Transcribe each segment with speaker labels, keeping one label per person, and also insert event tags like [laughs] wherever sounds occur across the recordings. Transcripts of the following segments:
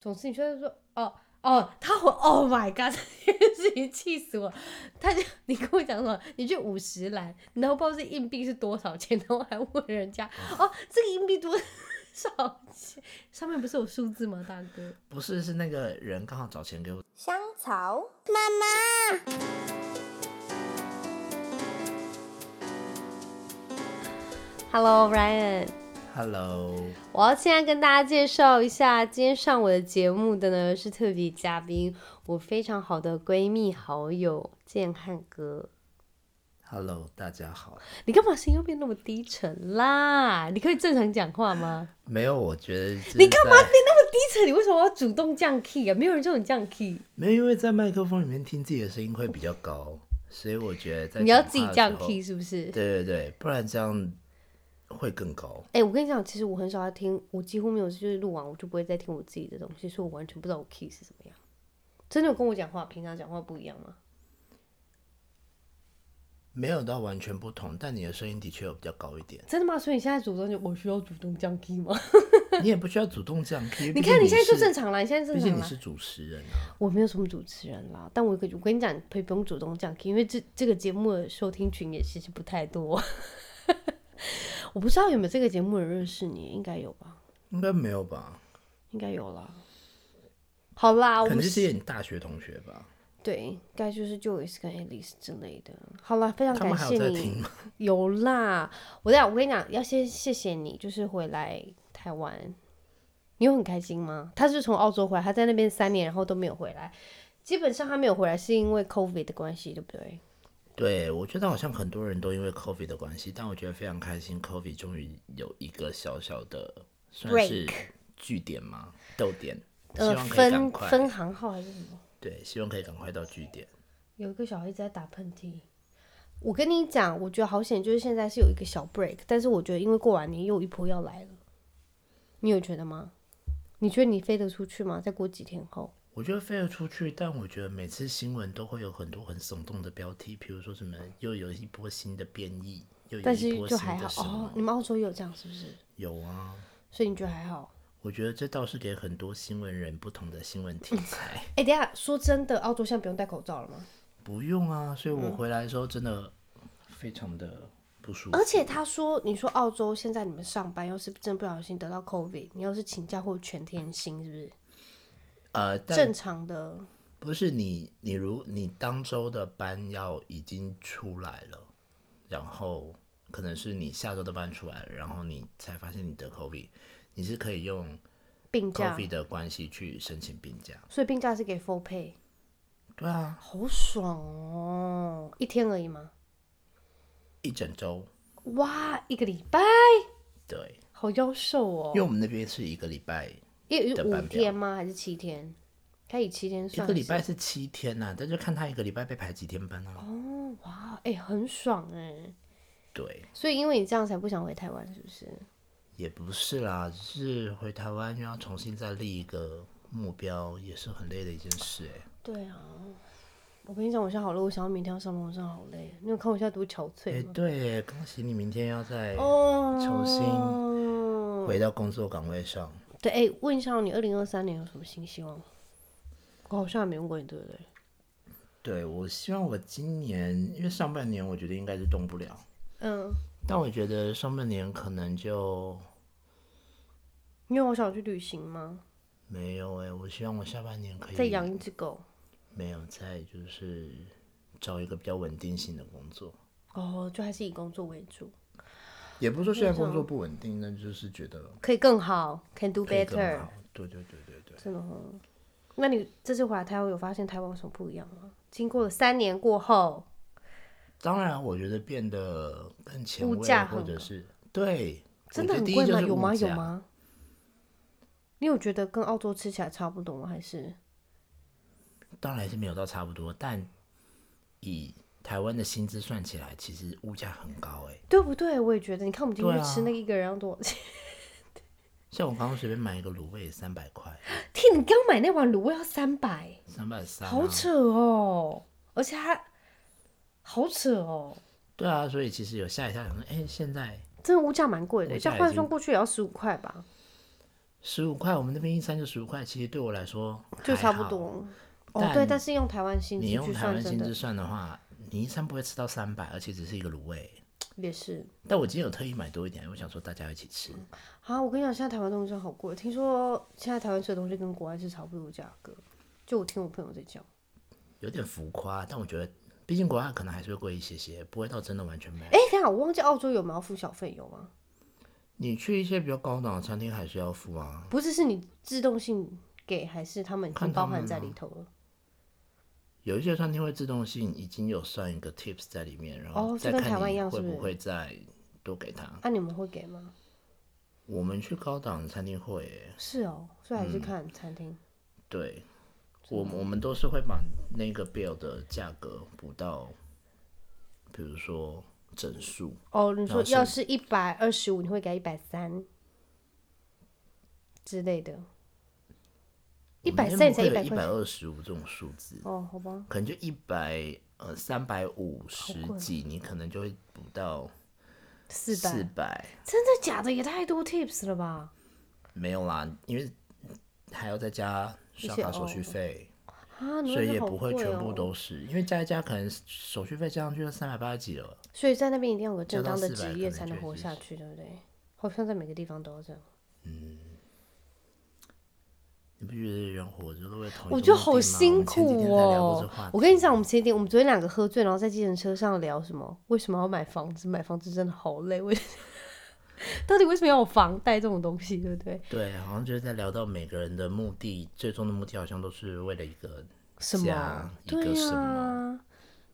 Speaker 1: 总之你就是说，哦哦，他回，Oh my god，这件事情气死我！他就你跟我讲什么？你去五十兰，然后不知道这硬币是多少钱，然后还问人家，哦，这个硬币多少钱？上面不是有数字吗，大哥？
Speaker 2: 不是，是那个人刚好找钱给我。
Speaker 3: 香草
Speaker 1: Hello Ryan，
Speaker 2: Hello，
Speaker 1: 我要现在跟大家介绍一下，今天上我的节目的呢是特别嘉宾，我非常好的闺蜜好友建汉哥。
Speaker 2: Hello，大家好。
Speaker 1: 你干嘛声音又变那么低沉啦？你可以正常讲话吗？
Speaker 2: 没有，我觉得这是
Speaker 1: 你干嘛
Speaker 2: 在
Speaker 1: 变？那么低沉？你为什么要主动降 key 啊？没有人叫你降 key，
Speaker 2: 没有，因为在麦克风里面听自己的声音会比较高，所以我觉得在
Speaker 1: 你要
Speaker 2: 讲
Speaker 1: 自己
Speaker 2: 话的
Speaker 1: 降
Speaker 2: 时候
Speaker 1: key 是不是？
Speaker 2: 对对对，不然这样会更高。
Speaker 1: 哎、我跟你讲，其实我很少在听，我几乎没有，就是录完我就不会再听我自己的东西，所以我完全不知道我 key 是什么样。真的有跟我讲话，平常讲话不一样吗？。
Speaker 2: 没有到完全不同，但你的声音的确有比较高一点
Speaker 1: 真的吗？所以你现在主动就我需要主动降 key 吗？
Speaker 2: 你也不需要主动这样
Speaker 1: [laughs]
Speaker 2: Q。
Speaker 1: 你看你现在就是正，常了，你现在
Speaker 2: 毕
Speaker 1: 正常
Speaker 2: 竟你
Speaker 1: 了
Speaker 2: 是。主持人啊。
Speaker 1: 我没有什么主持人啦，但我可以我跟你讲，可以不用主动讲，因为这这个节目的收听群也其实不太多。 [laughs] 我不知道有没有这个节目的人认识你，应该有吧？
Speaker 2: 应该没有吧？
Speaker 1: 应该有啦。好啊啦，我
Speaker 2: 可能
Speaker 1: 们
Speaker 2: 是些你大学同学吧，
Speaker 1: 对，应该就是 Joyce 跟 Alice 之类的。好啦，非常哦
Speaker 2: 他
Speaker 1: 感
Speaker 2: 们还
Speaker 1: 谢
Speaker 2: 有在
Speaker 1: 你
Speaker 2: 听。吗？
Speaker 1: 有啦，我在我跟你讲，要先谢谢你，就是回来台湾，你有很开心吗？他是从澳洲回来，他在那边三年，然后都没有回来。基本上他没有回来是因为 COVID 的关系，对不对？
Speaker 2: 对，我觉得好像很多人都因为 COVID 的关系，但我觉得非常开心，COVID 终于有一个小小的算是
Speaker 1: Break
Speaker 2: 据点吗？逗点，希
Speaker 1: 呃，
Speaker 2: 望可以赶
Speaker 1: 分
Speaker 2: 快。
Speaker 1: 分行号还是什么？
Speaker 2: 对，希望可以赶快到据点。
Speaker 1: 有一个小孩一直在打喷嚏。我跟你讲，我觉得好险，就是现在是有一个小 break，但是我觉得因为过完年又一波要来了，你有觉得吗？你觉得你飞得出去吗？再过几天后，
Speaker 2: 我觉得飞了出去，但我觉得每次新闻都会有很多很耸动的标题，比如说什么又有一波新的变异，又有
Speaker 1: 但
Speaker 2: 一
Speaker 1: 是
Speaker 2: 波
Speaker 1: 就
Speaker 2: 新
Speaker 1: 还
Speaker 2: 的
Speaker 1: 好
Speaker 2: 什
Speaker 1: 哦
Speaker 2: 么。。
Speaker 1: 你们澳洲也有这样是不是？
Speaker 2: 有啊，
Speaker 1: 所以你觉得还好？
Speaker 2: 我觉得这倒是给很多新闻人不同的新闻题材。
Speaker 1: 哎、
Speaker 2: [laughs]
Speaker 1: 等一下，说真的，澳洲现在不用戴口罩了吗？
Speaker 2: 不用啊，所以
Speaker 1: 嗯
Speaker 2: 我回来的时候真的非常的不舒服。
Speaker 1: 而且他说，你说澳洲现在你们上班，要是真不小心得到 COVID，你要是请假或全天薪，是不是
Speaker 2: 呃，但
Speaker 1: 正常的？
Speaker 2: 不是你，你如你当周的班要已经出来了，然后可能是你下周的班出来了，然后你才发现你得 COVID，你是可以用
Speaker 1: 病假，
Speaker 2: COVID 的关系去申请病假。
Speaker 1: 所以病假是给 full pay，
Speaker 2: 对啊，
Speaker 1: 好爽哦，一天而已吗？
Speaker 2: 一整周。
Speaker 1: 哇，一个礼拜，
Speaker 2: 对，
Speaker 1: 好妖兽哦
Speaker 2: 因为！我们那边是一个礼拜，
Speaker 1: 一
Speaker 2: 的
Speaker 1: 五
Speaker 2: 班表
Speaker 1: 天吗？还是七天？他以七天
Speaker 2: 一
Speaker 1: 算
Speaker 2: 个礼
Speaker 1: 是
Speaker 2: 拜是七天呐、但就看他一个礼拜被排几天班啊。
Speaker 1: 哦，哇，哎、很爽哎、
Speaker 2: 对，
Speaker 1: 所以因为你这样才不想回台湾，是不是？
Speaker 2: 也不是啦，只是回台湾又要重新再立一个目标，也是很累的一件事哎、
Speaker 1: 对啊，我跟你讲，我现在好累，我想要明天要上班，我真的好累。你有看我现在多憔
Speaker 2: 哎、
Speaker 1: 悴吗？
Speaker 2: 对耶，恭喜你明天要在
Speaker 1: 哦
Speaker 2: 重新回到工作岗位上。
Speaker 1: 对，哎、问一下你，二零二三年有什么新希望？我好像还没问过你，对不对？
Speaker 2: 对我希望我今年，因为上半年我觉得应该是动不了，
Speaker 1: 嗯，
Speaker 2: 但我觉得上半年可能就
Speaker 1: 因为我想去旅行嘛，
Speaker 2: 没有哎、我希望我下半年可以
Speaker 1: 再养一只狗。
Speaker 2: 没有再就是找一个比较稳定性的工作，
Speaker 1: 哦，就还是以工作为主，
Speaker 2: 也不是说现在工作不稳定，那就是觉得
Speaker 1: 可以更好，can do
Speaker 2: 可以更
Speaker 1: better，
Speaker 2: 好。对对对对对，
Speaker 1: 真的哦。那你这次回来台湾有发现台湾有什么不一样吗？经过了三年过后，
Speaker 2: 当然我觉得变得更前
Speaker 1: 物
Speaker 2: 卫，
Speaker 1: 价
Speaker 2: 或
Speaker 1: 很
Speaker 2: 者
Speaker 1: 高
Speaker 2: 是对，我
Speaker 1: 真
Speaker 2: 觉
Speaker 1: 的很
Speaker 2: 得第一
Speaker 1: 贵
Speaker 2: 就
Speaker 1: 吗？
Speaker 2: 是
Speaker 1: 有
Speaker 2: 物
Speaker 1: 吗？有
Speaker 2: 价
Speaker 1: 吗？你有觉得跟澳洲吃起来差不多吗？还是
Speaker 2: 当然是没有到差不多，但以台湾的薪资算起来，其实物价很高哎、
Speaker 1: 对不对？我也觉得，你看我们今天
Speaker 2: 对
Speaker 1: 去吃
Speaker 2: 啊
Speaker 1: 那个一个人要多少钱？
Speaker 2: 像我刚刚随便买一个卤味，三百块，
Speaker 1: 天，你刚买那碗卤味要三百，
Speaker 2: 三百三，啊
Speaker 1: 好扯哦！而且它好扯哦，
Speaker 2: 对啊，所以其实有吓一下，想说，哎、现在
Speaker 1: 真的物价蛮贵
Speaker 2: 物
Speaker 1: 的，
Speaker 2: 价
Speaker 1: 这样
Speaker 2: 已
Speaker 1: 换
Speaker 2: 经
Speaker 1: 算过去也要十五块吧？
Speaker 2: 十五块，我们那边一餐就十五块，其实对我来说
Speaker 1: 就
Speaker 2: 还
Speaker 1: 差不
Speaker 2: 好。
Speaker 1: 多。哦，
Speaker 2: 但
Speaker 1: 对，但是用台湾薪资
Speaker 2: 你用
Speaker 1: 去
Speaker 2: 台
Speaker 1: 算，
Speaker 2: 湾
Speaker 1: 真
Speaker 2: 薪
Speaker 1: 的
Speaker 2: 资算的话，你一餐不会吃到三百，而且只是一个卤味。
Speaker 1: 也是。
Speaker 2: 但我今天有特意买多一点，我想说大家一起吃。
Speaker 1: 啊，我跟你讲，现在台湾东西真的好贵。听说现在台湾吃的东西跟国外是差不多的价格，就我听我朋友在讲。
Speaker 2: 有点浮夸，但我觉得，毕竟国外可能还是会贵一些些，不会到真的完全没有。
Speaker 1: 哎、等一下我忘记澳洲有没有付小费有吗？
Speaker 2: 你去一些比较高档的餐厅还是要付啊。
Speaker 1: 不是，是你自动性给还是他们已经
Speaker 2: 看他
Speaker 1: 包含
Speaker 2: 们
Speaker 1: 在
Speaker 2: 啊
Speaker 1: 里头了？
Speaker 2: 有一些餐厅会自动性已经有算一个 tips 在里面，然
Speaker 1: 哦
Speaker 2: 后
Speaker 1: 就
Speaker 2: 再
Speaker 1: 跟台
Speaker 2: 看
Speaker 1: 湾一
Speaker 2: 你
Speaker 1: 样
Speaker 2: 会
Speaker 1: 是不
Speaker 2: 不
Speaker 1: 是
Speaker 2: 会再多给他。
Speaker 1: 啊，你们会给吗？
Speaker 2: 我们去高档的餐厅会耶，
Speaker 1: 是哦，所以还是看餐厅。
Speaker 2: 对，我我们都是会把那个 bill 的价格补到，比如说整数，
Speaker 1: 哦，你说
Speaker 2: 然后
Speaker 1: 要是一百二十五，你会给一百三之类的。一百三才
Speaker 2: 一
Speaker 1: 一百
Speaker 2: 一
Speaker 1: 块
Speaker 2: 百
Speaker 1: 钱
Speaker 2: 二十五这种数字，
Speaker 1: 哦，好吧，
Speaker 2: 可能就一百呃三百五十几，你可能就会补到
Speaker 1: 哦四百，
Speaker 2: 四百，
Speaker 1: 真的假的？也太多 tips 了吧？
Speaker 2: 没有啦，因为还要再加刷卡
Speaker 1: 一些
Speaker 2: 手续
Speaker 1: 哦
Speaker 2: 费。
Speaker 1: 啊，你
Speaker 2: 所
Speaker 1: 们
Speaker 2: 以
Speaker 1: 那
Speaker 2: 也
Speaker 1: 好
Speaker 2: 不会
Speaker 1: 贵
Speaker 2: 全
Speaker 1: 哦
Speaker 2: 部都是，因为加一加可能手续费加上去就三百八十几了。
Speaker 1: 所以在那边一定要有个正
Speaker 2: 交
Speaker 1: 当
Speaker 2: 到
Speaker 1: 的
Speaker 2: 400
Speaker 1: 职
Speaker 2: 可
Speaker 1: 业
Speaker 2: 能
Speaker 1: 才能
Speaker 2: 就
Speaker 1: 活
Speaker 2: 是
Speaker 1: 下去，对不对？好像在每个地方都要这样。
Speaker 2: 你不觉得人活着都会头一
Speaker 1: 我
Speaker 2: 种
Speaker 1: 觉得
Speaker 2: 目
Speaker 1: 好
Speaker 2: 的吗
Speaker 1: 辛
Speaker 2: 我们前几
Speaker 1: 苦
Speaker 2: 天才聊过这
Speaker 1: 哦
Speaker 2: 话题！
Speaker 1: 我跟你讲，我们前几天我们昨天两个喝醉，然后在计程车上聊什么？为什么要买房子？买房子真的好累，为 [laughs] 到底为什么要有房贷这种东西，对不对？
Speaker 2: 对，好像就是在聊到每个人的目的，最终的目的好像都是为了一个
Speaker 1: 什
Speaker 2: 家
Speaker 1: 么？
Speaker 2: 一个
Speaker 1: 对啊
Speaker 2: 什
Speaker 1: 呀、
Speaker 2: 么。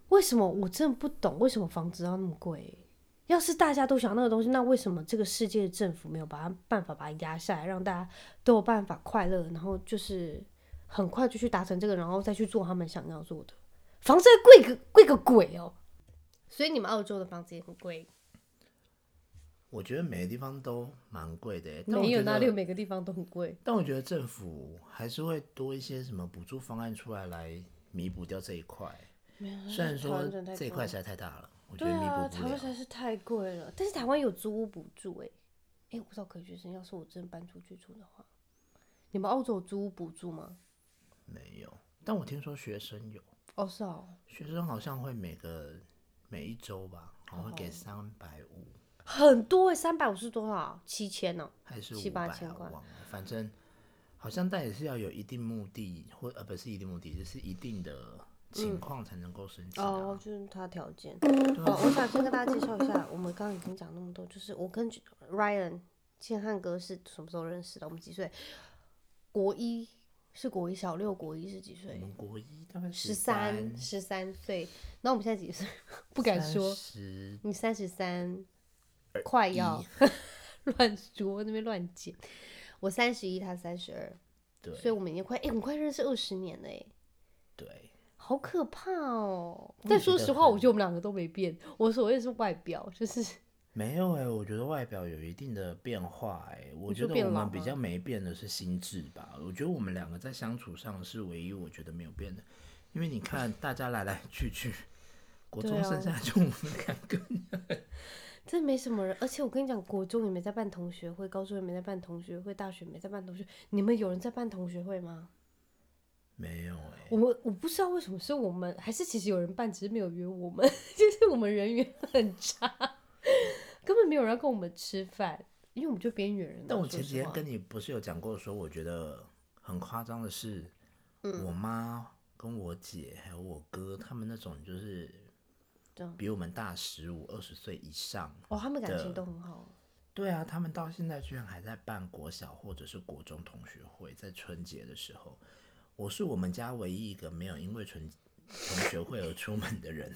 Speaker 1: 为什么我真的不懂为什么房子要那么贵？要是大家都想要那个东西，那为什么这个世界的政府没有把它办法把它压下来，让大家都有办法快乐，然后就是很快就去达成这个，然后再去做他们想要做的？房子贵个贵个鬼哦！所以你们澳洲的房子也很贵，
Speaker 2: 我觉得每个地方都蛮贵的耶，但我
Speaker 1: 没有
Speaker 2: 觉
Speaker 1: 哪
Speaker 2: 得
Speaker 1: 里有每个地方都很贵。
Speaker 2: 但我觉得政府还是会多一些什么补助方案出来来弥补掉这一块。虽然
Speaker 1: 嗯台
Speaker 2: 说
Speaker 1: 湾真的太
Speaker 2: 这一
Speaker 1: 贵
Speaker 2: 块
Speaker 1: 了
Speaker 2: 实在太大了，我觉
Speaker 1: 对
Speaker 2: 得弥
Speaker 1: 啊，
Speaker 2: 补
Speaker 1: 台
Speaker 2: 不
Speaker 1: 湾
Speaker 2: 了
Speaker 1: 实。在是太贵了，但是台湾有租屋补助哎、哎、我不知道可以学生，要是我真搬出去住的话，你们澳洲有租屋补助吗？
Speaker 2: 没有，但我听说学生有。
Speaker 1: 哦，是哦，
Speaker 2: 学生好像会每个每一周吧，好像会
Speaker 1: 哦
Speaker 2: 给三百五
Speaker 1: 很多哎、三百五是多少？七千哦呢？
Speaker 2: 还是
Speaker 1: 七
Speaker 2: 五
Speaker 1: 八
Speaker 2: 百
Speaker 1: 千
Speaker 2: 啊，
Speaker 1: 块
Speaker 2: 忘了。反正好像但也是要有一定目的，或呃不是一定目的，就是一定的情况才能够申请、啊
Speaker 1: 嗯哦，就是他条件。哦，我想先跟大家介绍一下，我们刚刚已经讲那么多，就是我跟 Ryan 建汉哥是什么时候认识的？我们几岁？国一是国一，小六国一是几
Speaker 2: 我
Speaker 1: 岁？
Speaker 2: 们国一大概
Speaker 1: 十
Speaker 2: 三
Speaker 1: 三，，十三岁。那我们现在几岁？ [laughs] 不敢说，
Speaker 2: 十
Speaker 1: 你三十三，快要 [laughs] 乱说，那边乱讲。我三十一，他三十二，所以
Speaker 2: 对
Speaker 1: 我们已经快，哎、我们快认识二十年了，哎。
Speaker 2: 对，
Speaker 1: 好可怕哦！
Speaker 2: 也
Speaker 1: 但
Speaker 2: 觉
Speaker 1: 说
Speaker 2: 得
Speaker 1: 实话，
Speaker 2: 很
Speaker 1: 我觉得我们两个都没变。我所谓的是外表，就是
Speaker 2: 没有哎、我觉得外表有一定的变化哎、我
Speaker 1: 你
Speaker 2: 觉
Speaker 1: 说
Speaker 2: 得
Speaker 1: 变
Speaker 2: 我
Speaker 1: 老
Speaker 2: 们比
Speaker 1: 吗
Speaker 2: 较没变的是心智吧，我觉得我们两个在相处上是唯一我觉得没有变的，因为你看大家来来去去，国
Speaker 1: 对
Speaker 2: 中
Speaker 1: 啊
Speaker 2: 剩下就我们两个，
Speaker 1: [laughs]
Speaker 2: [laughs]
Speaker 1: 真没什么人。而且我跟你讲，国中也没在办同学会，高中也没在办同学会，大学也没在办同学。你们有人在办同学会吗？
Speaker 2: 没有哎、
Speaker 1: 我们我不知道为什么是我们，还是其实有人办，只是没有约我们， [laughs] 就是我们人缘很差，根本没有人要跟我们吃饭，因为我们就边缘人啊。
Speaker 2: 但我
Speaker 1: 说
Speaker 2: 前几
Speaker 1: 实
Speaker 2: 天
Speaker 1: 话
Speaker 2: 跟你不是有讲过说，我觉得很夸张的是，
Speaker 1: 嗯
Speaker 2: 我妈跟我姐还有我哥他们那种就是
Speaker 1: 这样
Speaker 2: 比我们大十五二十岁以上，
Speaker 1: 哦，他们感情
Speaker 2: 的
Speaker 1: 都很好。
Speaker 2: 对啊，他们到现在居然还在办国小或者是国中同学会，在春节的时候，我是我们家唯一一个没有因为春同学会而出门的人。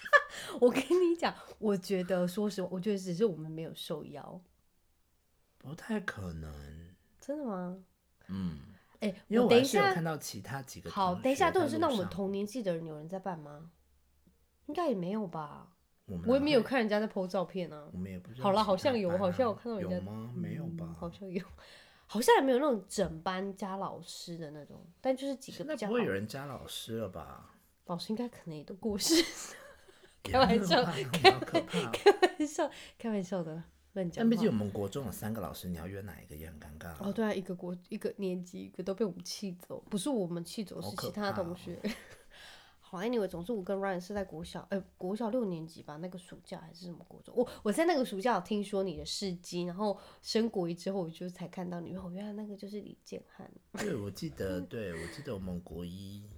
Speaker 2: [laughs]
Speaker 1: 我跟你讲，我觉得说实话，我觉得只是我们没有受邀，
Speaker 2: 不太可能，
Speaker 1: 真的吗？
Speaker 2: 嗯，
Speaker 1: 哎、
Speaker 2: 因为
Speaker 1: 我
Speaker 2: 我
Speaker 1: 等
Speaker 2: 还
Speaker 1: 一
Speaker 2: 是有
Speaker 1: 下
Speaker 2: 看到其他几个
Speaker 1: 好，
Speaker 2: 同
Speaker 1: 等一下，
Speaker 2: 学在
Speaker 1: 到底是
Speaker 2: 路
Speaker 1: 那我们
Speaker 2: 上，
Speaker 1: 同年纪的人有人在办吗？应该也没有吧，
Speaker 2: 我们
Speaker 1: 我也没有
Speaker 2: 哪会，
Speaker 1: 看人家在 PO 照片啊
Speaker 2: 我。们也不知道
Speaker 1: 好啦
Speaker 2: 其
Speaker 1: 好
Speaker 2: 他
Speaker 1: 像有
Speaker 2: 班
Speaker 1: 好
Speaker 2: 啊
Speaker 1: 像我看到人
Speaker 2: 有
Speaker 1: 家
Speaker 2: 吗？没有
Speaker 1: 嗯
Speaker 2: 吧？
Speaker 1: 好像有，好像也没有那种整班加老师的那种，但就是几个
Speaker 2: 现
Speaker 1: 比
Speaker 2: 在
Speaker 1: 较
Speaker 2: 不
Speaker 1: 好。
Speaker 2: 会有人加老师了吧？
Speaker 1: 老师应该可能也都过世，
Speaker 2: 也
Speaker 1: [laughs] 开玩
Speaker 2: 没有
Speaker 1: 笑 [laughs]
Speaker 2: 吧好可怕哦。
Speaker 1: 开玩笑，开玩笑的。
Speaker 3: 乱讲
Speaker 2: 但毕
Speaker 3: 话
Speaker 2: 竟。我们国中有三个老师，你要约哪一个也很尴尬、啊。
Speaker 3: 哦，对啊，一个国一个年级一个都被我们气走，不是我们气走，
Speaker 2: 好
Speaker 3: 是
Speaker 2: 可
Speaker 3: 其他
Speaker 2: 怕
Speaker 3: 同
Speaker 2: 哦
Speaker 3: 学。
Speaker 1: [laughs] 好，anyway，总之我跟 Ryan 是在国小，呃，国小六年级吧，那个暑假还是什么国中，我我在那个暑假有听说你的事迹，然后升国一之后，我就才看到你，哦，原来那个就是李建汉。啊
Speaker 2: 对，我记得，对我记得我们国一，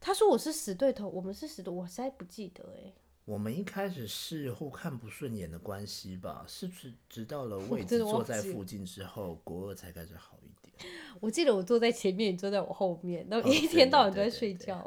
Speaker 1: 他说我是死对头，我们是死对，我实在不记得哎、
Speaker 2: 我们一开始是互看不顺眼的关系吧，是直直到了位
Speaker 3: 真
Speaker 2: 置
Speaker 3: 的忘
Speaker 2: 坐在
Speaker 3: 记了
Speaker 2: 附近之后，国二才开始好一点。
Speaker 1: [laughs]
Speaker 3: 我记得我坐在前面，你坐在我后面，然后
Speaker 2: 哦
Speaker 3: 一
Speaker 2: 对
Speaker 3: 天
Speaker 2: 对
Speaker 3: 到晚都
Speaker 2: 对
Speaker 3: 在
Speaker 2: 对
Speaker 3: 睡
Speaker 2: 对
Speaker 1: [laughs]
Speaker 3: 觉，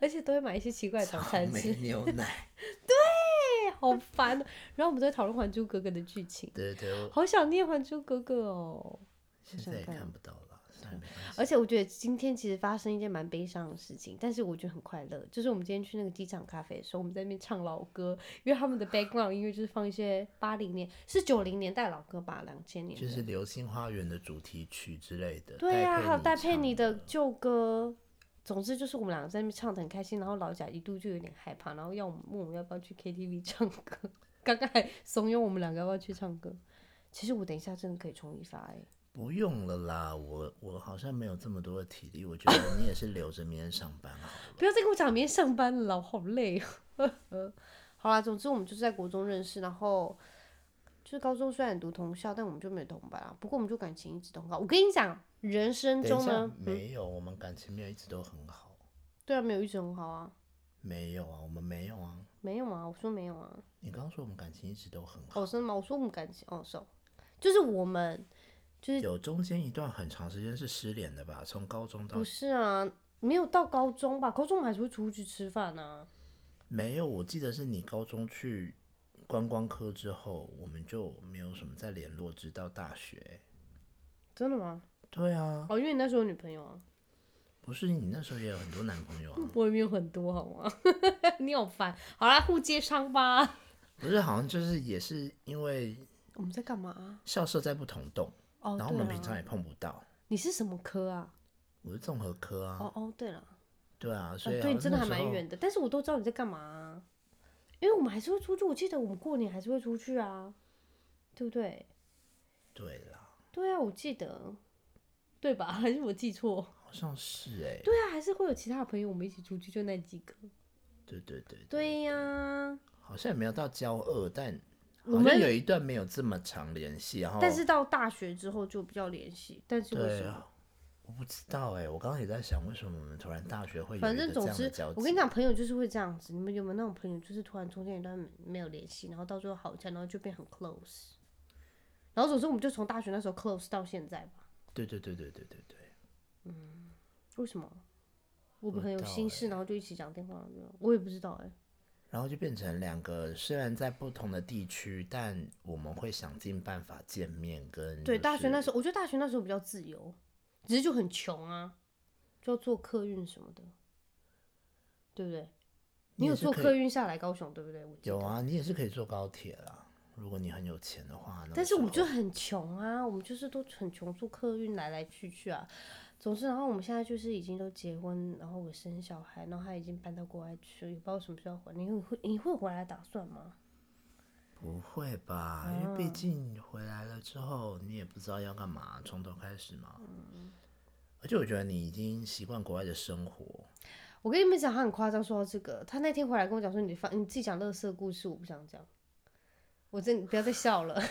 Speaker 3: 而且都会买一些奇怪的早
Speaker 2: 草
Speaker 3: 餐吃
Speaker 2: 莓，牛
Speaker 1: [laughs]
Speaker 2: 奶，
Speaker 3: 哎，好烦哦。然后我们都在讨论《还珠格格》的剧情，
Speaker 2: 对对，我
Speaker 3: 好想念《还珠格格》哦。
Speaker 2: 现在也看不到了，算了没关系。
Speaker 1: 而且我觉得今天其实发生一件蛮悲伤的事情，但是我觉得很快乐。就是我们今天去那个机场咖啡的时候，我们在那边唱老歌，因为他们的 background 音乐就是放一些八零年是九零年代老歌吧，两千年的
Speaker 2: 就是《流星花园》的主题曲之类的，
Speaker 1: 对呀、
Speaker 2: 佩
Speaker 1: 还有戴佩
Speaker 2: 唱
Speaker 1: 妮的旧歌。总之就是我们两个在那边唱的很开心，然后老贾一度就有点害怕，然后要我们问我们要不要去 KTV 唱歌， [laughs] 刚刚还怂恿我们两个要不要去唱歌。其实我等一下真的可以冲一发哎、
Speaker 2: 不用了啦，我我好像没有这么多的体力，我觉得你也是留着明天上班好了。
Speaker 1: 不要再跟我讲明天上班了啦，我好累哦。 [laughs] 好啦，总之我们就是在国中认识，然后就是高中虽然读同校，但我们就没有同班啊。不过我们就感情一直都很好。我跟你讲，人生
Speaker 2: 等
Speaker 1: 中
Speaker 2: 一下
Speaker 1: 呢，，
Speaker 2: 没有，我们感情没有一直都很好，
Speaker 1: 对啊，没有一直很好啊，
Speaker 2: 没有啊，我们没有啊。
Speaker 1: 没有啊，我说没有啊。
Speaker 2: 你刚刚说我们感情一直都很好，
Speaker 1: 哦，真的吗？我说我们感情，哦，是哦，就是我们
Speaker 2: 有中间一段很长时间是失联的吧？从高中到
Speaker 1: 不是啊，没有到高中吧？高中还是会出去吃饭啊。
Speaker 2: 没有，我记得是你高中去观光科之后，我们就没有什么再联络，直到大学。
Speaker 1: 真的吗？
Speaker 2: 对啊，
Speaker 1: 哦，因为你那时候有女朋友啊，
Speaker 2: 不是你那时候也有很多男朋友啊？
Speaker 3: 我也没有很多，好吗？ [laughs] 你好烦。好啦，互揭伤疤。
Speaker 2: 不是，好像就是也是因为
Speaker 1: 我们在干嘛啊、
Speaker 2: 校舍在不同栋，
Speaker 1: 哦，
Speaker 2: 然后我
Speaker 1: 对
Speaker 2: 们
Speaker 1: 啊
Speaker 2: 平常也碰不到。
Speaker 1: 你是什么科啊？
Speaker 2: 我是综合科啊，
Speaker 1: 哦哦，对了。
Speaker 2: 对啊，所以、
Speaker 1: 哦、
Speaker 2: 啊
Speaker 1: 对你真的还蛮。
Speaker 2: 那时候
Speaker 1: 远的，但是我都知道你在干嘛啊、因为我们还是会出去。我记得我们过年还是会出去啊，对不对？
Speaker 2: 对啦，
Speaker 1: 对啊，我记得。
Speaker 3: 对吧？ [laughs] 还是我记错？
Speaker 2: 好像是哎、
Speaker 1: 对
Speaker 2: 对
Speaker 1: 啊，还是会有其他的朋友，我们一起出去，就那几个。
Speaker 2: 对对对，
Speaker 1: 对呀、
Speaker 2: 好像也没有到交恶，但
Speaker 1: 我
Speaker 2: 好像
Speaker 1: 们
Speaker 2: 有一段没有这么长联系，然后
Speaker 1: 但是到大学之后就比较联系，但是为
Speaker 2: 对
Speaker 1: 什么？
Speaker 2: 啊，我不知道哎、我刚刚也在想，为什么我们突然大学会有
Speaker 1: 反
Speaker 2: 一
Speaker 1: 正
Speaker 2: 个这
Speaker 1: 总
Speaker 2: 样的
Speaker 1: 之
Speaker 2: 交，集？
Speaker 1: 我跟你讲，，朋友就是会这样子。你们有没有那种朋友，就是突然中间一段没没有联系，然后到最后好一下，然后就变很 close，然后总之我们就从大学那时候 close 到现在吧？
Speaker 2: 对对对对对对对，
Speaker 1: 为什么？我
Speaker 2: 不
Speaker 1: 们很
Speaker 2: 知
Speaker 1: 有
Speaker 2: 道欸
Speaker 1: 心事，然后就一起讲电话，我也不知道哎、
Speaker 2: 然后就变成两个虽然在不同的地区，但我们会想尽办法见面跟、
Speaker 1: 对，大学那
Speaker 2: 候
Speaker 1: 时候，我觉得大学那时候比较自由，只是就很穷啊，就要坐客运什么的，对不对？你有坐客
Speaker 2: 运？
Speaker 1: 运下来高雄，对不对？我记
Speaker 2: 有
Speaker 1: 得。
Speaker 2: 啊，你也是可以坐高铁啦。如果你很有钱的话，那个
Speaker 1: 但是我们
Speaker 2: 时
Speaker 1: 就
Speaker 2: 候
Speaker 1: 很穷啊，我们就是都很穷，坐客运来来去去啊。总之，然后我们现在就是已经都结婚，然后我生小孩，然后他已经搬到国外去了，也不知道什么时候回来。你会你会回来打算吗？
Speaker 2: 不会吧？
Speaker 1: 啊
Speaker 2: 因为毕竟回来了之后，你也不知道要干嘛，从头开始嘛。
Speaker 1: 嗯
Speaker 2: 而且我觉得你已经习惯国外的生活，
Speaker 1: 我跟你们讲，他很夸张，说到这个，他那天回来跟我讲说，你放你自己讲乐色故事，我不想讲，我真不要再笑了。 [laughs]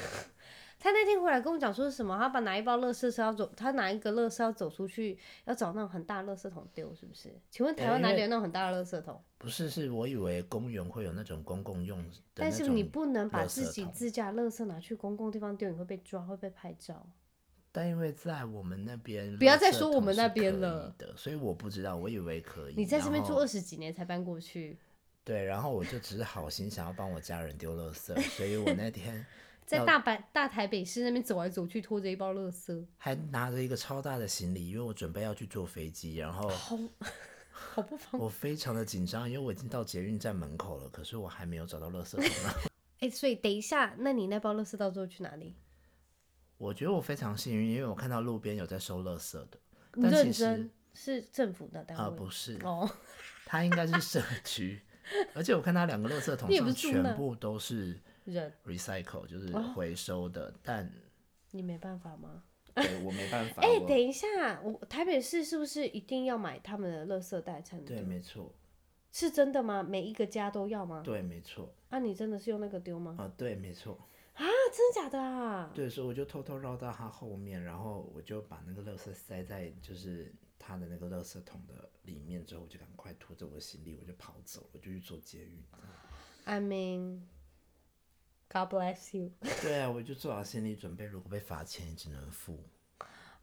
Speaker 1: 他那天回来跟我讲说什么，他把拿一包乐色车要走，他拿一个乐色要走出去，要找那种很大乐色桶丢，是不是？请问台湾
Speaker 2: 哎
Speaker 1: 哪
Speaker 2: 因
Speaker 1: 里
Speaker 2: 为
Speaker 1: 有那种很大的乐色桶？
Speaker 2: 不是？是我以为公园会有那种公共用的那
Speaker 1: 但
Speaker 2: 种，
Speaker 1: 是你不能把
Speaker 2: 垃圾
Speaker 1: 自己
Speaker 2: 桶
Speaker 1: 自家乐色拿去公共地方丢，你会被抓，会被拍照。
Speaker 2: 嗯但因为在我们那边，
Speaker 3: 不要
Speaker 2: 垃
Speaker 3: 再
Speaker 2: 圾
Speaker 3: 说我
Speaker 2: 桶
Speaker 3: 们
Speaker 2: 是
Speaker 3: 那边
Speaker 2: 可以
Speaker 3: 了
Speaker 2: 的，所以我不知道，我以为可以。
Speaker 1: 你在这边
Speaker 2: 然
Speaker 1: 住
Speaker 2: 后
Speaker 1: 二十几年才搬过去，
Speaker 2: 对，然后我就只是好心想要帮我家人丢垃圾，所以我那天
Speaker 1: 在
Speaker 2: 要
Speaker 1: 大阪大台北市那边走来走去，拖着一包乐色，
Speaker 2: 还拿着一个超大的行李，因为我准备要去坐飞机，然后
Speaker 1: 好 [laughs] 好不方
Speaker 2: 我非常的紧张，因为我已经到捷运站门口了，可是我还没有找到垃圾桶。啊然后
Speaker 1: 哎、所以等一下，那你那包乐圾到最后去哪里？
Speaker 2: [laughs] 我觉得我非常幸运，因为我看到路边有在收垃圾的，
Speaker 1: 你
Speaker 2: 但
Speaker 1: 认
Speaker 2: 其实
Speaker 1: 真是政府的单位？
Speaker 2: 啊、不是，
Speaker 1: 哦， [laughs]
Speaker 2: 它应该是社区，而且我看它两个垃圾桶
Speaker 1: 你也不
Speaker 2: 上
Speaker 1: 是住那哦
Speaker 2: 全部都是
Speaker 3: 人，
Speaker 2: recycle 就是回收的，
Speaker 1: [laughs]
Speaker 2: 但
Speaker 1: 你没办法吗？
Speaker 2: 对我没办法。
Speaker 1: 哎、
Speaker 2: 我
Speaker 1: 等一下，我台北市是不是一定要买他们的垃圾袋才能
Speaker 2: 对，
Speaker 1: 丢？
Speaker 2: 没错，
Speaker 1: 是真的吗？每一个家都要吗？
Speaker 2: 对，没错，
Speaker 1: 啊，你真的是用那个丢吗？
Speaker 2: 啊，对，没错，
Speaker 1: 啊，真的假的啊？
Speaker 2: 对，所以我就偷偷绕到他后面，然后我就把那个垃圾塞在就是他的那个垃圾桶的里面，之后我就赶快拖着我的行李，我就跑走了，我就去做捷运。
Speaker 1: I mean，
Speaker 3: God bless you。
Speaker 2: 对啊，我就做好心理准备，如果被罚钱也只能付。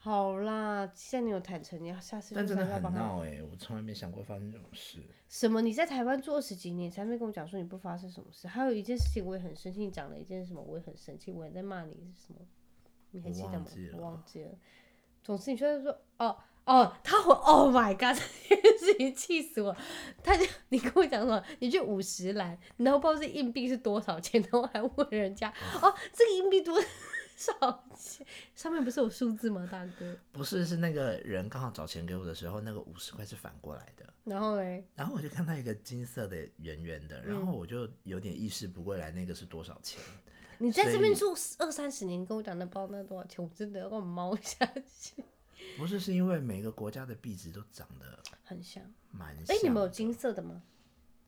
Speaker 1: 好啦，既然你有坦诚，你要下次 [laughs]
Speaker 2: 但
Speaker 1: 就
Speaker 2: 真的
Speaker 1: 是要
Speaker 2: 很
Speaker 1: 帮他。
Speaker 2: 闹哎、我从来没想过发生这种事。
Speaker 1: 什么？你在台湾住二十几年，才没跟我讲说你不发生什么事？还有一件事情我也很生气，你讲了一件什么，我也很生气，我也在骂你是什么？你还
Speaker 2: 我
Speaker 1: 记得
Speaker 2: 忘
Speaker 1: 吗
Speaker 2: 记？
Speaker 1: 我
Speaker 2: 了
Speaker 1: 忘记了。总之，你就是说，
Speaker 3: 哦哦，他回 Oh my God，这件事情气死我！他就你跟我讲什么？你去五十兰，然后不知道这硬币是多少钱，然后还问人家
Speaker 2: 嗯
Speaker 3: 哦，这个硬币多少钱？上面不是有数字吗，大哥？
Speaker 2: 不是，是那个人刚好找钱给我的时候，那个五十块是反过来的。
Speaker 1: 然后嘞，
Speaker 2: 然后我就看到一个金色的圆圆的，然
Speaker 1: 嗯
Speaker 2: 后我就有点意识不过来那个是多少钱。
Speaker 1: 你在这边
Speaker 2: 所
Speaker 1: 住二三十年，你跟我讲那包那多少钱，我真的要我猫下去，
Speaker 2: 不是，是因为每个国家的币值都长得
Speaker 1: 很像。
Speaker 2: 蛮像。
Speaker 1: 哎、你们有金色的吗？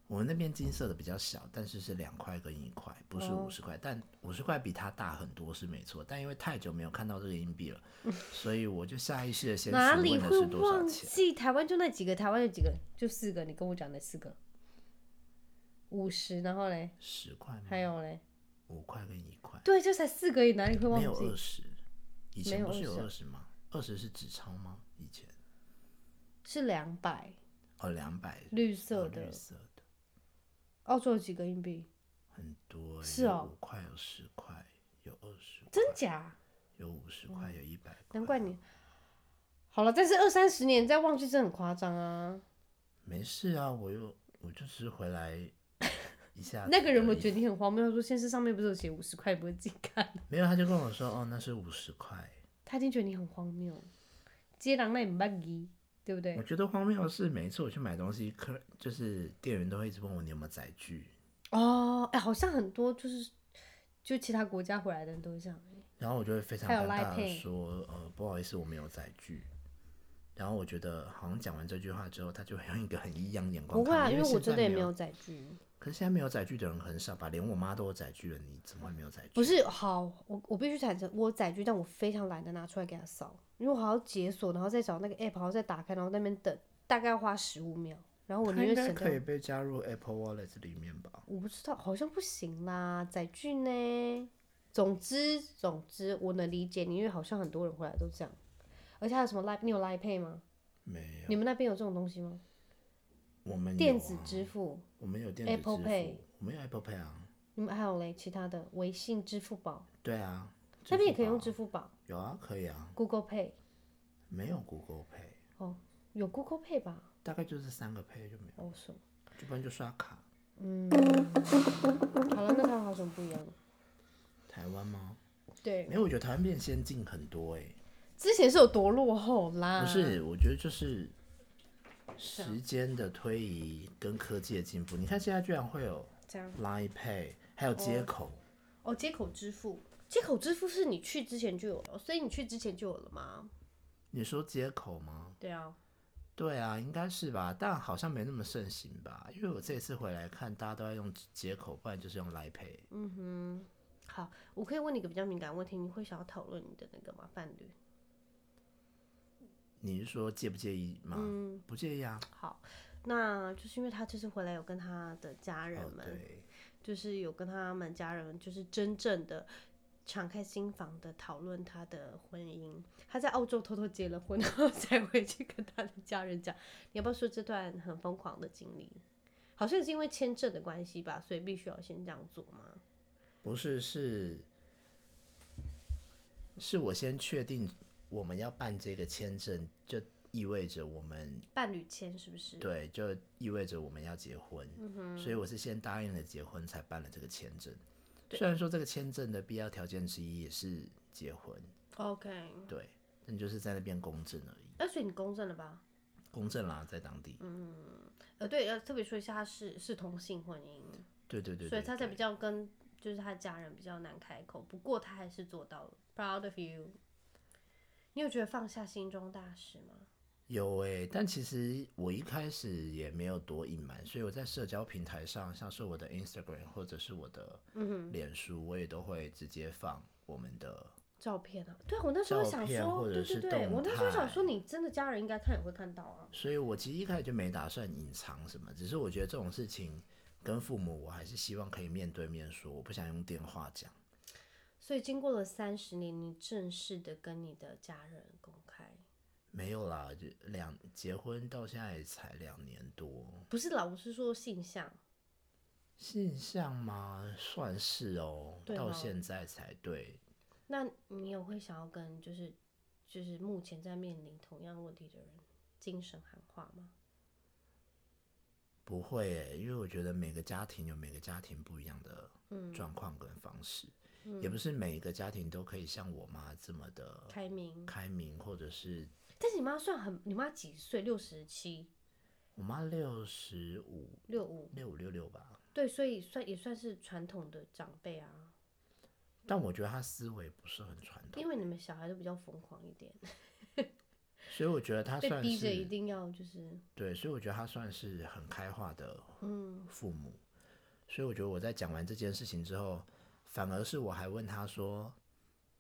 Speaker 2: 我们那边金色的比较小，但是是两块跟一块，不是
Speaker 1: 哦
Speaker 2: 五十块。但五十块比它大很多是没错，但因为太久没有看到这个硬币了，所以我就下意识的先
Speaker 1: 嗯哪
Speaker 2: 询
Speaker 1: 里
Speaker 2: 问的
Speaker 1: 会
Speaker 2: 是多少
Speaker 1: 忘
Speaker 2: 钱。
Speaker 1: 记？台湾就那几个，台湾有几个？就四个，你跟我讲的四个，五十，然后嘞，
Speaker 2: 十块吗？
Speaker 1: 还有嘞，
Speaker 2: 五块跟一块，
Speaker 1: 对，就才四个而已，哪里会忘
Speaker 2: 没有
Speaker 1: 记
Speaker 2: 二？十。以
Speaker 1: 没
Speaker 2: 前
Speaker 1: 有
Speaker 2: 不是有
Speaker 1: 20
Speaker 2: 二十吗？二十是纸钞吗？以前
Speaker 1: 是两百，
Speaker 2: 哦，两百哦
Speaker 1: 绿色的
Speaker 2: 绿色的
Speaker 1: 澳洲有几个硬币？
Speaker 2: 很多，欸
Speaker 1: 是
Speaker 2: 有
Speaker 1: 哦
Speaker 2: 五块有十块有二十，
Speaker 1: 真假？
Speaker 2: 有五十块有一百块，
Speaker 1: 嗯难怪你。好了，但是二三十年再忘记，真的很夸张啊！
Speaker 2: 没事啊，我又我就只是回来一下子而已。
Speaker 1: [laughs] 那个人我觉得你很荒谬，他说现实上面不是有写五十块，不会自己看。
Speaker 2: 没有，他就跟我说，哦，那是五十块。
Speaker 1: 他一定觉得你很荒谬，接狼那也不义，对不
Speaker 2: 我
Speaker 1: 对？
Speaker 2: 觉得荒谬的是，每一次我去买东西，客就是店员都会一直问我你有没有载具，
Speaker 1: 哦，哎、好像很多就是就其他国家回来的人都会这样。
Speaker 2: 然后我就会非常
Speaker 1: 还有
Speaker 2: 尴
Speaker 1: Line
Speaker 2: 尬的
Speaker 1: Pay
Speaker 2: 说，呃，不好意思，我没有载具。然后我觉得好像讲完这句话之后，他就会用一个很异样的眼光
Speaker 1: 不会
Speaker 2: 看
Speaker 1: 啊，
Speaker 2: 我
Speaker 1: 因
Speaker 2: 因
Speaker 1: 为我
Speaker 2: 现
Speaker 1: 真
Speaker 2: 在
Speaker 1: 的也
Speaker 2: 没
Speaker 1: 没有。载具。
Speaker 2: 可是现在没有载具的人很少吧？连我妈都有载具了，你怎么会没有载具？
Speaker 1: 不是好，我我必须坦诚，我有载具，但我非常懒得拿出来给他扫，因为我还要解锁，然后再找那个 app，然后再打开，然后在那边等，大概要花十五秒，然后我
Speaker 2: 它
Speaker 1: 宁
Speaker 2: 应
Speaker 1: 愿
Speaker 2: 该
Speaker 1: 省掉
Speaker 2: 可。以被加入 Apple Wallet 里面吧？
Speaker 1: 我不知道，好像不行啦，载具呢？总之总之，我能理解你，因为好像很多人回来都这样，而且还有什么 Line，你有 Line Pay 吗？
Speaker 2: 没有，
Speaker 1: 你们那边有这种东西吗？
Speaker 2: 我们有
Speaker 1: 电子
Speaker 2: 啊
Speaker 1: 支付，
Speaker 2: 我们有电子支
Speaker 1: Apple Pay
Speaker 2: 付，我们有 Apple Pay 啊，
Speaker 1: 你们还有嘞其他的，微信、支付宝
Speaker 2: 对啊，
Speaker 1: 那边也
Speaker 2: 付
Speaker 1: 可以
Speaker 2: 宝
Speaker 1: 用
Speaker 2: 啊
Speaker 1: 支付宝
Speaker 2: 有啊，可以啊，
Speaker 1: ，Google Pay
Speaker 2: 没有 Google Pay，
Speaker 1: 哦，有 Google Pay 吧？
Speaker 2: 大概就是三个 Pay 就没有，
Speaker 1: 哦，是吗。嗯
Speaker 2: 就不然就刷卡。 [laughs]
Speaker 1: 好了，那他好什么不一样？
Speaker 2: 台湾吗？
Speaker 1: 对
Speaker 2: 没，有，我觉得台湾变先进很多哎、
Speaker 1: 之前是有多落后啦？
Speaker 2: 不，是，我觉得就是时间的推移跟科技的进步。你看现在居然会有
Speaker 1: 这样
Speaker 2: Line Pay，还有接口，
Speaker 1: 哦，接口支付，接口支付是你去之前就有了，所以你去之前就有了吗？
Speaker 2: 你说接口吗？
Speaker 1: 对啊，
Speaker 2: 对啊，应该是吧，但好像没那么盛行吧，因为我这一次回来看，大家都在用接口，不然就是用 Line Pay。
Speaker 1: 好，我可以问你一个比较敏感的问题，你会想要讨论你的那个吗？伴侣？
Speaker 2: 你是说介不介意吗？
Speaker 1: 嗯
Speaker 2: 不介意啊。
Speaker 1: 好，那就是因为他这次回来有跟他的家人
Speaker 2: 哦，
Speaker 1: 们，
Speaker 2: 对，
Speaker 1: 就是有跟他们家人就是真正的。敞开心房的讨论他的婚姻，他在澳洲偷偷结了婚， [laughs] 然后才回去跟他的家人讲。你要不要说这段很疯狂的经历？好像是因为签证的关系吧，所以必须要先这样做吗？
Speaker 2: 不是是，是我先确定我们要办这个签证，就意味着我们
Speaker 1: 伴侣签是不是？
Speaker 2: 对，就意味着我们要结婚。
Speaker 1: 嗯
Speaker 2: 所以我是先答应了结婚，才办了这个签证。虽然说这个签证的必要条件之一也是结婚，
Speaker 1: ，OK。
Speaker 2: 对，但就是在那边公证而已，
Speaker 1: 那所以你公证了吧？
Speaker 2: 公证啦，在当地。
Speaker 1: 嗯呃，对，要特别说一下，他是是同性婚姻，
Speaker 2: 对对对
Speaker 1: 所以
Speaker 2: 对
Speaker 1: 他才比
Speaker 2: 对，
Speaker 1: 较跟就是他家人比较难开口，不过他还是做到了，proud of you。你有觉得放下心中大事吗？
Speaker 2: 有诶、但其实我一开始也没有多隐瞒，所以我在社交平台上，像是我的 Instagram 或者是我的
Speaker 1: 嗯
Speaker 2: 脸书，我也都会直接放我们的。
Speaker 1: 照片啊，对啊我那时候
Speaker 2: 照
Speaker 1: 想
Speaker 2: 片
Speaker 1: 说，
Speaker 2: 或
Speaker 1: 对
Speaker 2: 者
Speaker 1: 对
Speaker 2: 是
Speaker 1: 对，
Speaker 2: 动
Speaker 1: 我那时候想
Speaker 2: 态
Speaker 1: 说，你真的家人应该看也会看到啊。
Speaker 2: 所以我其实一开始就没打算隐藏什么，只是我觉得这种事情跟父母，我还是希望可以面对面说，我不想用电话讲。
Speaker 1: 所以经过了三十年，你正式的跟你的家人公开，
Speaker 2: 没有啦，就两结婚到现在也才两年多，
Speaker 1: 不是老是说性向，
Speaker 2: 现象吗？算是哦，
Speaker 1: 对
Speaker 2: 到
Speaker 1: 吗
Speaker 2: 现在才对。
Speaker 1: 那你有会想要跟就是就是目前在面临同样问题的人精神喊话吗？
Speaker 2: 不会耶，因为我觉得每个家庭有每个家庭不一样的
Speaker 1: 嗯
Speaker 2: 状况跟方式，也不是每一个家庭都可以像我妈这么的
Speaker 1: 开明，
Speaker 2: 哦开明，或者是
Speaker 1: 但是你妈算很，你妈几岁？六十七、
Speaker 2: 我妈六十五、
Speaker 1: 六五，
Speaker 2: 六五六六吧。
Speaker 1: 对，所以算也算是传统的长辈啊，
Speaker 2: 但我觉得她思维不是很传统，
Speaker 1: 因为你们小孩都比较疯狂一点，
Speaker 2: 所以我觉得她
Speaker 1: 被
Speaker 2: 算
Speaker 1: 逼着一
Speaker 2: 是
Speaker 1: 定要就是
Speaker 2: 对，所以我觉得她算是很开化的
Speaker 1: 嗯
Speaker 2: 父母。所以我觉得我在讲完这件事情之后，反而是我还问她说：“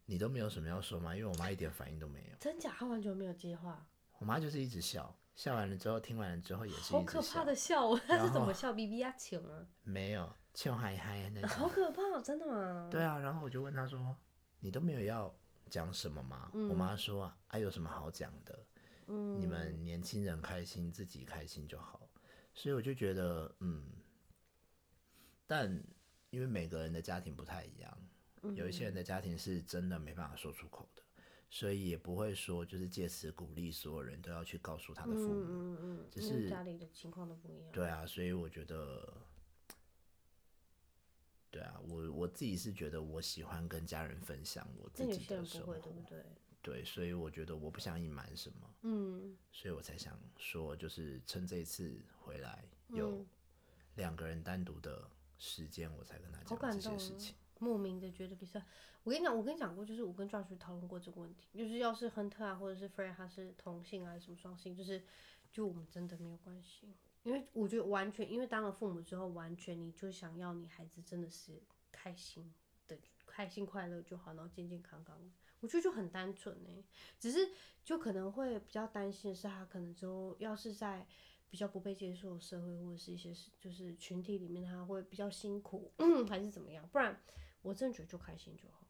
Speaker 2: 你都没有什么要说吗？”因为我妈一点反应都没有。
Speaker 1: 真假，她完全没有接话，
Speaker 2: 我妈就是一直笑，笑完了之后，听完了之后也是
Speaker 1: 好
Speaker 2: 一
Speaker 1: 可
Speaker 2: 直
Speaker 1: 怕
Speaker 2: 笑，
Speaker 1: 的笑 [laughs] 哦，她
Speaker 2: 然
Speaker 1: 是怎么
Speaker 2: 后
Speaker 1: 笑？B B 啊，请啊，
Speaker 2: 没有笑嗨嗨
Speaker 1: [laughs]
Speaker 2: 那
Speaker 1: 好
Speaker 2: 种。
Speaker 1: 可怕，哦真的吗？
Speaker 2: 对啊，然后我就问她说：“你都没有要讲什么吗？”我妈说：“啊，有什么好讲的？你们年轻人开心，自己开心就好。”所以我就觉得，嗯，但因为每个人的家庭不太一样，
Speaker 1: 嗯
Speaker 2: 有一些人的家庭是真的没办法说出口的。所以也不会说，就是借此鼓励所有人都要去告诉他的父母，
Speaker 1: 嗯嗯，
Speaker 2: 只
Speaker 1: 因为
Speaker 2: 是
Speaker 1: 家里的情况都不一样，
Speaker 2: 对啊，所以我觉得，对啊，我我自己是觉得我喜欢跟家人分享我自
Speaker 1: 但有
Speaker 2: 己
Speaker 1: 些
Speaker 2: 的
Speaker 1: 人
Speaker 2: 生
Speaker 1: 不
Speaker 2: 活
Speaker 1: 会，，对不对？
Speaker 2: 对，所以我觉得我不想隐瞒什么，
Speaker 1: 嗯，
Speaker 2: 所以我才想说，就是趁这一次回来
Speaker 1: 嗯
Speaker 2: 有两个人单独的时间，我才跟他
Speaker 1: 好
Speaker 2: 讲
Speaker 1: 感
Speaker 2: 这
Speaker 1: 动
Speaker 2: 些
Speaker 1: 哦
Speaker 2: 事情。
Speaker 1: 莫名的觉得比赛。我跟你讲，我跟你讲过，就是我跟 Josh 讨论过这个问题，就是要是亨特啊，或者是 Fred 他是同性啊，什么双性，就是就我们真的没有关系，因为我觉得完全，因为当了父母之后，完全你就想要你孩子真的是开心的，开心快乐就好，然后健健康康。我觉得就很单纯呢、只是就可能会比较担心的是，他可能之后要是在比较不被接受的社会或者是一些是就是群体里面，他会比较辛苦，嗯还是怎么样？不然我真的觉得就开心就好，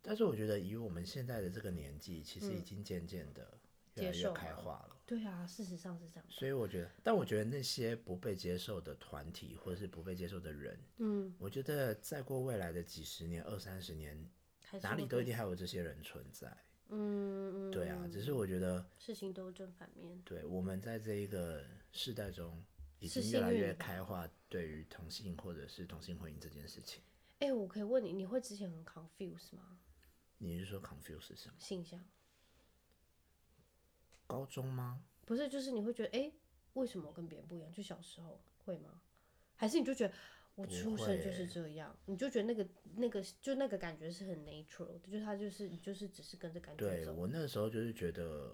Speaker 2: 但是我觉得以我们现在的这个年纪，其实已经渐渐的越来
Speaker 1: 嗯接
Speaker 2: 越
Speaker 1: 受
Speaker 2: 开
Speaker 1: 了
Speaker 2: 化了。
Speaker 1: 对啊，事实上是这样。
Speaker 2: 所以我觉得，但我觉得那些不被接受的团体或者是不被接受的人，嗯，我觉得再过未来的几十年、二三十年，
Speaker 1: 还是
Speaker 2: 哪里
Speaker 1: 会
Speaker 2: 都一
Speaker 1: 被
Speaker 2: 定还有这些人存在。
Speaker 1: 嗯嗯，
Speaker 2: 对啊，只是我觉得，
Speaker 1: 事情都正反面。
Speaker 2: 对我们在这一个世代中，已
Speaker 1: 是
Speaker 2: 经
Speaker 1: 幸
Speaker 2: 越来
Speaker 1: 运
Speaker 2: 越
Speaker 1: 的
Speaker 2: 开化，对于同性或者是同性婚姻这件事情，
Speaker 1: 哎、我可以问你，你会之前很 confuse 吗？
Speaker 2: 你是说 confuse 是什么？
Speaker 1: 性向
Speaker 2: 高中吗？
Speaker 1: 不是，就是你会觉得，哎、为什么我跟别人不一样？就小时候会吗？还是你就觉得我出生就是
Speaker 2: 欸
Speaker 1: 这样，你就觉得那个那个就那个感觉是很 natural 的，就是他就是你就是只是跟着感觉
Speaker 2: 对
Speaker 1: 走。
Speaker 2: 我那时候就是觉得，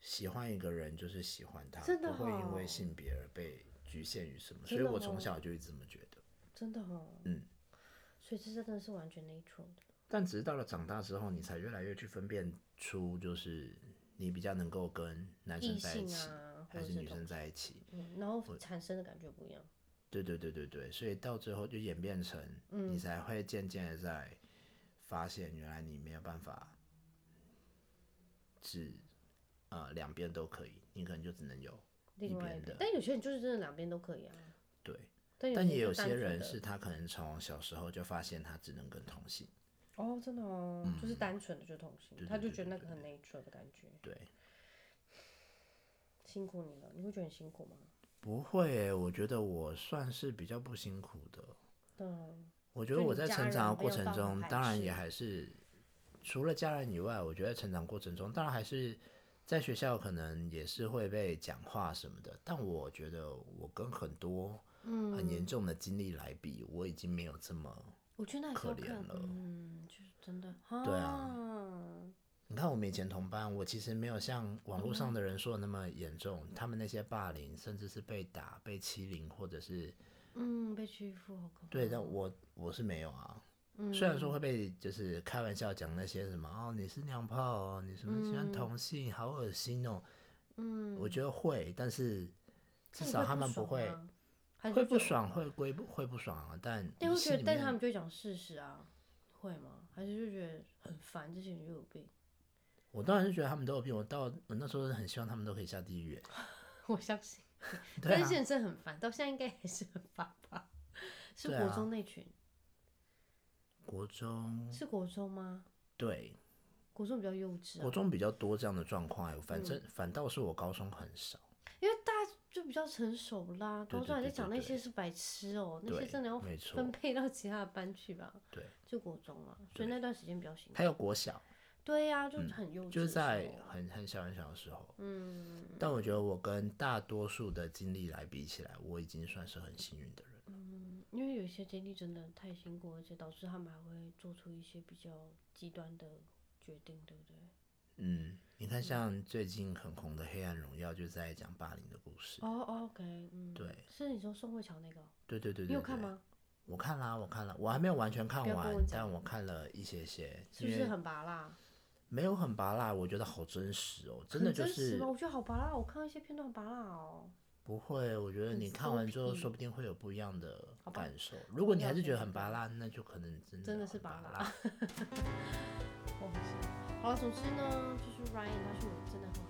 Speaker 2: 喜欢一个人就是喜欢他，
Speaker 1: 真的
Speaker 2: 不会因为
Speaker 1: 哦
Speaker 2: 性别而被局限于什么，所
Speaker 1: 真
Speaker 2: 以
Speaker 1: 的
Speaker 2: 我从
Speaker 1: 哦
Speaker 2: 小就一直这么觉得。
Speaker 1: 真的哦，
Speaker 2: 嗯，
Speaker 1: 所以这真的是完全 natural 的。
Speaker 2: 但只是到了长大之后，你才越来越去分辨出，就是你比较能够跟男生
Speaker 1: 异
Speaker 2: 在一
Speaker 1: 性
Speaker 2: 起，
Speaker 1: 啊，或
Speaker 2: 还
Speaker 1: 者
Speaker 2: 是
Speaker 1: 是
Speaker 2: 女
Speaker 1: 同
Speaker 2: 生在一起。
Speaker 1: 嗯，然后产生的感觉不一样。
Speaker 2: 对对对对对，所以到最后就演变成，你
Speaker 1: 嗯
Speaker 2: 才会渐渐的在发现，原来你没有办法只呃两边都可以，你可能就只能有一
Speaker 1: 另外
Speaker 2: 边
Speaker 1: 一
Speaker 2: 的
Speaker 1: 边，。但有些人就是真的两边都可以啊。
Speaker 2: 对，
Speaker 1: 但
Speaker 2: 但也有
Speaker 1: 就单
Speaker 2: 些
Speaker 1: 纯
Speaker 2: 人
Speaker 1: 的
Speaker 2: 是他可能从小时候就发现他只能跟同性。
Speaker 1: 哦，真的哦，就是单纯的就同性，
Speaker 2: 嗯对
Speaker 1: 他就
Speaker 2: 对对
Speaker 1: 觉得那
Speaker 2: 对
Speaker 1: 个很 natural 的感觉。
Speaker 2: 对，
Speaker 1: 辛苦你了，你会觉得很辛苦吗？
Speaker 2: 不会耶，我觉得我算是比较不辛苦的。
Speaker 1: 嗯，
Speaker 2: 我觉得
Speaker 1: 就
Speaker 2: 我
Speaker 1: 你
Speaker 2: 在
Speaker 1: 家
Speaker 2: 成
Speaker 1: 人
Speaker 2: 长
Speaker 1: 没
Speaker 2: 的过
Speaker 1: 有
Speaker 2: 程
Speaker 1: 办法
Speaker 2: 中，
Speaker 1: 排
Speaker 2: 当然也
Speaker 1: 斥
Speaker 2: 还是除了家人以外，我觉得成长过程中，当然还是在学校可能也是会被讲话什么的。但我
Speaker 1: 嗯
Speaker 2: 觉得我跟很多很严重的经历来比，我已经没有这么
Speaker 1: 我去那里时
Speaker 2: 可
Speaker 1: 候
Speaker 2: 怜
Speaker 1: 看，
Speaker 2: 了
Speaker 1: 嗯，就是真的
Speaker 2: 对
Speaker 1: 啊，
Speaker 2: 你看我们以前同班，我其实没有像网络
Speaker 1: 嗯
Speaker 2: 上的人说的那么严重，他们那些霸凌，甚至是被打、被欺凌，或者是
Speaker 1: 嗯，被欺负好可怕。嗯
Speaker 2: 对，但我我是没有啊。虽然说会被就是开玩笑讲那些什么哦，你是娘炮哦，你什么喜
Speaker 1: 嗯
Speaker 2: 欢同性，好恶心哦。嗯，我觉得会，但是至
Speaker 1: 那你
Speaker 2: 少他们
Speaker 1: 不
Speaker 2: 不
Speaker 1: 爽
Speaker 2: 会
Speaker 1: 吗，还是
Speaker 2: 会
Speaker 1: 就
Speaker 2: 不。爽，会归不会不爽啊。但
Speaker 1: 但
Speaker 2: 你
Speaker 1: 会
Speaker 2: 心
Speaker 1: 觉得，
Speaker 2: 里
Speaker 1: 但
Speaker 2: 面
Speaker 1: 他们就会讲事实啊，会吗？还是就觉得很烦，这些人就有病。 [laughs]
Speaker 2: 我当然是觉得他们都有病，我到我那时候是很希望他们都可以下地
Speaker 1: [laughs]
Speaker 2: 狱。
Speaker 3: 我相信。
Speaker 2: 对
Speaker 3: 但
Speaker 2: 啊
Speaker 3: 是，现在真的很烦，到现在应该还是很烦吧？
Speaker 1: 是
Speaker 2: 对
Speaker 1: 国
Speaker 2: 啊
Speaker 1: 中那群？
Speaker 2: 国中
Speaker 1: 是国中吗？
Speaker 2: 对
Speaker 1: 国中比较幼稚
Speaker 2: 国
Speaker 1: 啊，
Speaker 2: 中比较多这样的状况、哎反正、
Speaker 1: 嗯
Speaker 2: 反倒是我高中很少。
Speaker 1: 因为大家就比较成熟啦。
Speaker 2: 对
Speaker 1: 高中还在
Speaker 2: 对对
Speaker 1: 讲
Speaker 2: 对
Speaker 1: 那
Speaker 2: 对
Speaker 1: 些是白痴哦、那
Speaker 2: 对
Speaker 1: 些真的要
Speaker 2: 没错
Speaker 1: 分配到其他的班去吧。
Speaker 2: 对，
Speaker 1: 就国中啊，所以那段时间比较辛苦。
Speaker 2: 还有国小，
Speaker 1: 对呀、就很幼稚的时候啊，
Speaker 2: 就是在很很小很小的时候。嗯，但我觉得我跟大多数的经历来比起来，我已经算是很幸运的人了。
Speaker 1: 因为有一些经历真的太辛苦，而且导致他们还会做出一些比较极端的决定，对不对？
Speaker 2: 嗯，你看，像最近很红的《黑暗荣耀》，就在讲霸凌的故事。
Speaker 1: 哦、o k 嗯，
Speaker 2: 对，
Speaker 1: 是你说宋慧乔那个哦，
Speaker 2: 对对对对
Speaker 1: 你有看
Speaker 2: 对
Speaker 1: 吗？
Speaker 2: 我看啦，我看了，我还没有完全看
Speaker 1: 不要跟
Speaker 2: 完
Speaker 1: 我，讲
Speaker 2: 但我看了一些些，
Speaker 1: 是不
Speaker 2: 因
Speaker 1: 是
Speaker 2: 为
Speaker 1: 很拔辣？
Speaker 2: 没有很拔辣，我觉得好真实哦，真的
Speaker 1: 很
Speaker 2: 就
Speaker 1: 真实
Speaker 2: 是
Speaker 1: 吗？我觉得好拔辣，我看到一些片段好拔辣哦。
Speaker 2: 不会。我觉得
Speaker 1: 很
Speaker 2: 你看完之后，
Speaker 1: 松皮
Speaker 2: 说不定会有不一样的
Speaker 1: 好吧
Speaker 2: 感受。如果你
Speaker 1: 不要
Speaker 2: 还是觉得
Speaker 1: 先
Speaker 2: 很拔辣，那就可能真的
Speaker 1: 真的是
Speaker 2: 很
Speaker 1: 拔
Speaker 2: 拔
Speaker 1: 辣。我很喜欢。好了，总之呢，就是 Ryan 他是我真的很好哦